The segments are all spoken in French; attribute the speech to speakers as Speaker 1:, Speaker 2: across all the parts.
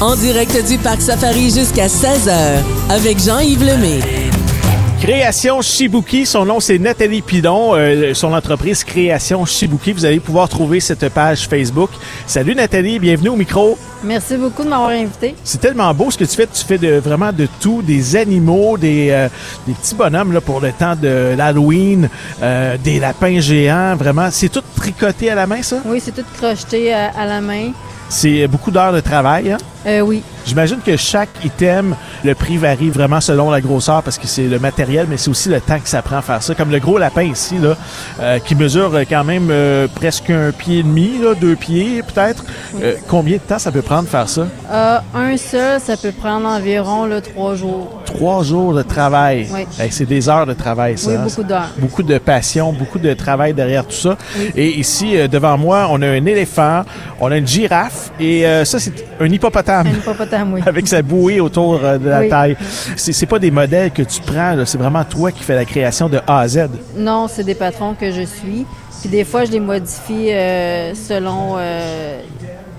Speaker 1: En direct du Parc Safari jusqu'à 16h avec Jean-Yves Lemay.
Speaker 2: Création Shibuki, son nom c'est Nathalie Pidon, euh, son entreprise Création Shibuki. Vous allez pouvoir trouver cette page Facebook. Salut Nathalie, bienvenue au micro.
Speaker 3: Merci beaucoup de m'avoir invité.
Speaker 2: C'est tellement beau ce que tu fais. Tu fais de, vraiment de tout, des animaux, des, euh, des petits bonhommes là, pour le temps de l'Halloween, euh, des lapins géants, vraiment. C'est tout tricoté à la main, ça?
Speaker 3: Oui, c'est tout crocheté euh, à, à la main.
Speaker 2: C'est beaucoup d'heures de travail. Hein?
Speaker 3: Euh, oui.
Speaker 2: J'imagine que chaque item, le prix varie vraiment selon la grosseur parce que c'est le matériel, mais c'est aussi le temps que ça prend à faire ça. Comme le gros lapin ici, là, euh, qui mesure quand même euh, presque un pied et demi, là, deux pieds peut-être. Euh, combien de temps ça peut prendre de faire ça?
Speaker 3: Euh, un seul, ça peut prendre environ là, trois jours.
Speaker 2: Trois jours de travail.
Speaker 3: Oui.
Speaker 2: Hey, c'est des heures de travail, ça.
Speaker 3: Oui,
Speaker 2: hein?
Speaker 3: beaucoup d'heures.
Speaker 2: Beaucoup de passion, beaucoup de travail derrière tout ça. Et ici, euh, devant moi, on a un éléphant, on a une girafe et euh, ça, c'est un hippopotame.
Speaker 3: Un hippopotame, oui.
Speaker 2: avec sa bouée autour euh, de la
Speaker 3: Oui.
Speaker 2: taille. C'est c'est pas des modèles que tu prends, là, c'est vraiment toi qui fais la création de A à Z.
Speaker 3: Non, c'est des patrons que je suis. Puis des fois, je les modifie euh, selon euh,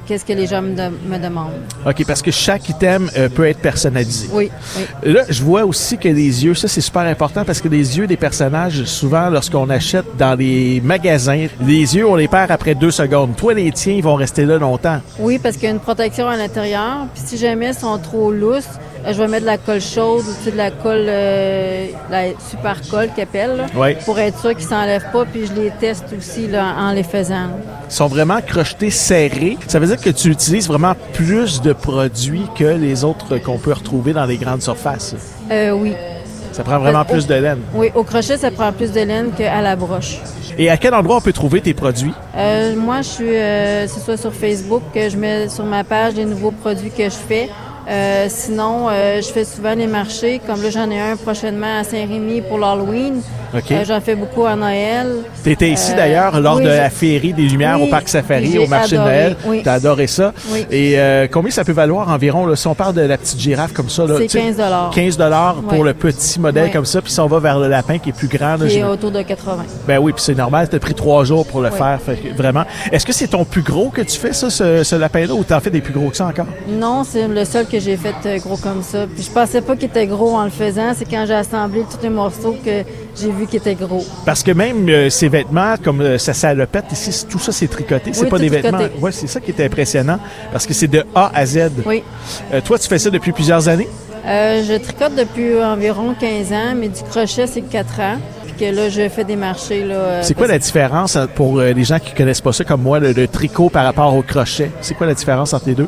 Speaker 3: qu'est-ce que les gens me, dem- me demandent.
Speaker 2: OK, parce que chaque item euh, peut être personnalisé.
Speaker 3: Oui, oui.
Speaker 2: Là, je vois aussi que les yeux, ça c'est super important parce que les yeux des personnages, souvent lorsqu'on achète dans les magasins, les yeux, on les perd après deux secondes. Toi, les tiens, ils vont rester là longtemps.
Speaker 3: Oui, parce qu'il y a une protection à l'intérieur. Puis si jamais ils sont trop lousses, euh, je vais mettre de la colle chaude ou tu sais, de la colle, euh, la super colle qu'appelle, là,
Speaker 2: Ouais.
Speaker 3: pour être sûr qu'ils s'enlèvent pas. Puis je les teste aussi là, en les faisant.
Speaker 2: Ils sont vraiment crochetés serrés. Ça veut dire que tu utilises vraiment plus de produits que les autres qu'on peut retrouver dans les grandes surfaces.
Speaker 3: Euh, oui.
Speaker 2: Ça prend
Speaker 3: Euh, oh.
Speaker 2: vraiment plus de laine.
Speaker 3: Oui, au crochet, ça prend plus de laine qu'à la broche.
Speaker 2: Et à quel endroit on peut trouver tes produits?
Speaker 3: Euh, moi, je suis, euh, c'est soit sur Facebook que je mets sur ma page les nouveaux produits que je fais. Euh, sinon, euh, je fais souvent les marchés. Comme là, j'en ai un prochainement à Saint-Rémy pour l'Halloween.
Speaker 2: OK.
Speaker 3: Euh, j'en fais beaucoup à Noël.
Speaker 2: Tu étais ici
Speaker 3: Euh,
Speaker 2: d'ailleurs lors
Speaker 3: oui,
Speaker 2: de
Speaker 3: j'ai-
Speaker 2: la féerie des Lumières
Speaker 3: Oui,
Speaker 2: au Parc Safari,
Speaker 3: j'ai
Speaker 2: au marché
Speaker 3: adoré,
Speaker 2: de Noël.
Speaker 3: oui.
Speaker 2: T'as adoré ça.
Speaker 3: Oui.
Speaker 2: Et euh, combien ça peut valoir environ? Là, si on parle de la petite girafe comme ça, là,
Speaker 3: C'est
Speaker 2: tu sais,
Speaker 3: 15
Speaker 2: 15 dollars pour
Speaker 3: Oui.
Speaker 2: le petit modèle
Speaker 3: Oui.
Speaker 2: comme ça. Puis si on va vers le lapin qui est plus grand, là,
Speaker 3: qui est
Speaker 2: j'im-
Speaker 3: autour de 80.
Speaker 2: ben oui, puis c'est normal. T'as pris trois jours pour le
Speaker 3: Oui.
Speaker 2: faire. fait que vraiment. Est-ce que c'est ton plus gros que tu fais ça, ce, ce lapin-là, ou t'en fais des plus gros que ça encore?
Speaker 3: Non, c'est le seul que j'ai fait euh, gros comme ça. Puis je pensais pas qu'il était gros en le faisant. C'est quand j'ai assemblé tous les morceaux que j'ai vu qu'il était gros.
Speaker 2: Parce que même euh, ses vêtements, comme euh, sa salopette ici, c- tout ça c'est tricoté, c'est
Speaker 3: Oui,
Speaker 2: pas
Speaker 3: tout
Speaker 2: des
Speaker 3: tricoté.
Speaker 2: vêtements. Ouais, c'est ça qui était impressionnant parce que c'est de A à Z.
Speaker 3: Oui.
Speaker 2: Euh, toi, tu fais ça depuis plusieurs années.
Speaker 3: Euh, je tricote depuis environ 15 ans, mais du crochet, c'est 4 ans. Puis que là, je fais des marchés. Là, euh,
Speaker 2: C'est quoi la différence euh, pour euh, les gens qui connaissent pas ça comme moi, le, le tricot par rapport au crochet C'est quoi la différence entre les deux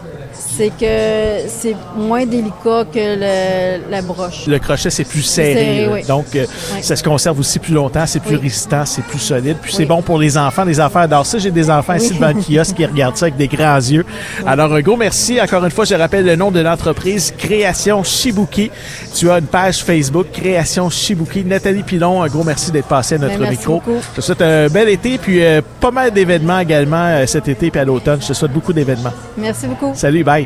Speaker 3: C'est que c'est moins délicat que le- la broche.
Speaker 2: Le crochet c'est plus serré,
Speaker 3: serré,
Speaker 2: là.
Speaker 3: oui.
Speaker 2: donc euh,
Speaker 3: Oui.
Speaker 2: ça se conserve aussi plus longtemps, c'est plus
Speaker 3: Oui.
Speaker 2: résistant, c'est plus solide. Puis c'est
Speaker 3: Oui.
Speaker 2: bon pour les enfants. Les enfants adorent ça. J'ai des enfants ici
Speaker 3: Oui.
Speaker 2: devant le kiosque qui regardent ça avec des grands yeux. Alors un gros merci. Encore une fois, je rappelle le nom de l'entreprise Création Shibuki. Tu as une page Facebook Création Shibuki. Nathalie Pilon, un gros merci d'être passée à notre
Speaker 3: Ben, merci
Speaker 2: micro.
Speaker 3: beaucoup.
Speaker 2: Je te souhaite un bel été puis euh, pas mal d'événements également euh, cet été puis à l'automne. Je te souhaite beaucoup d'événements.
Speaker 3: Merci beaucoup.
Speaker 2: Salut, bye.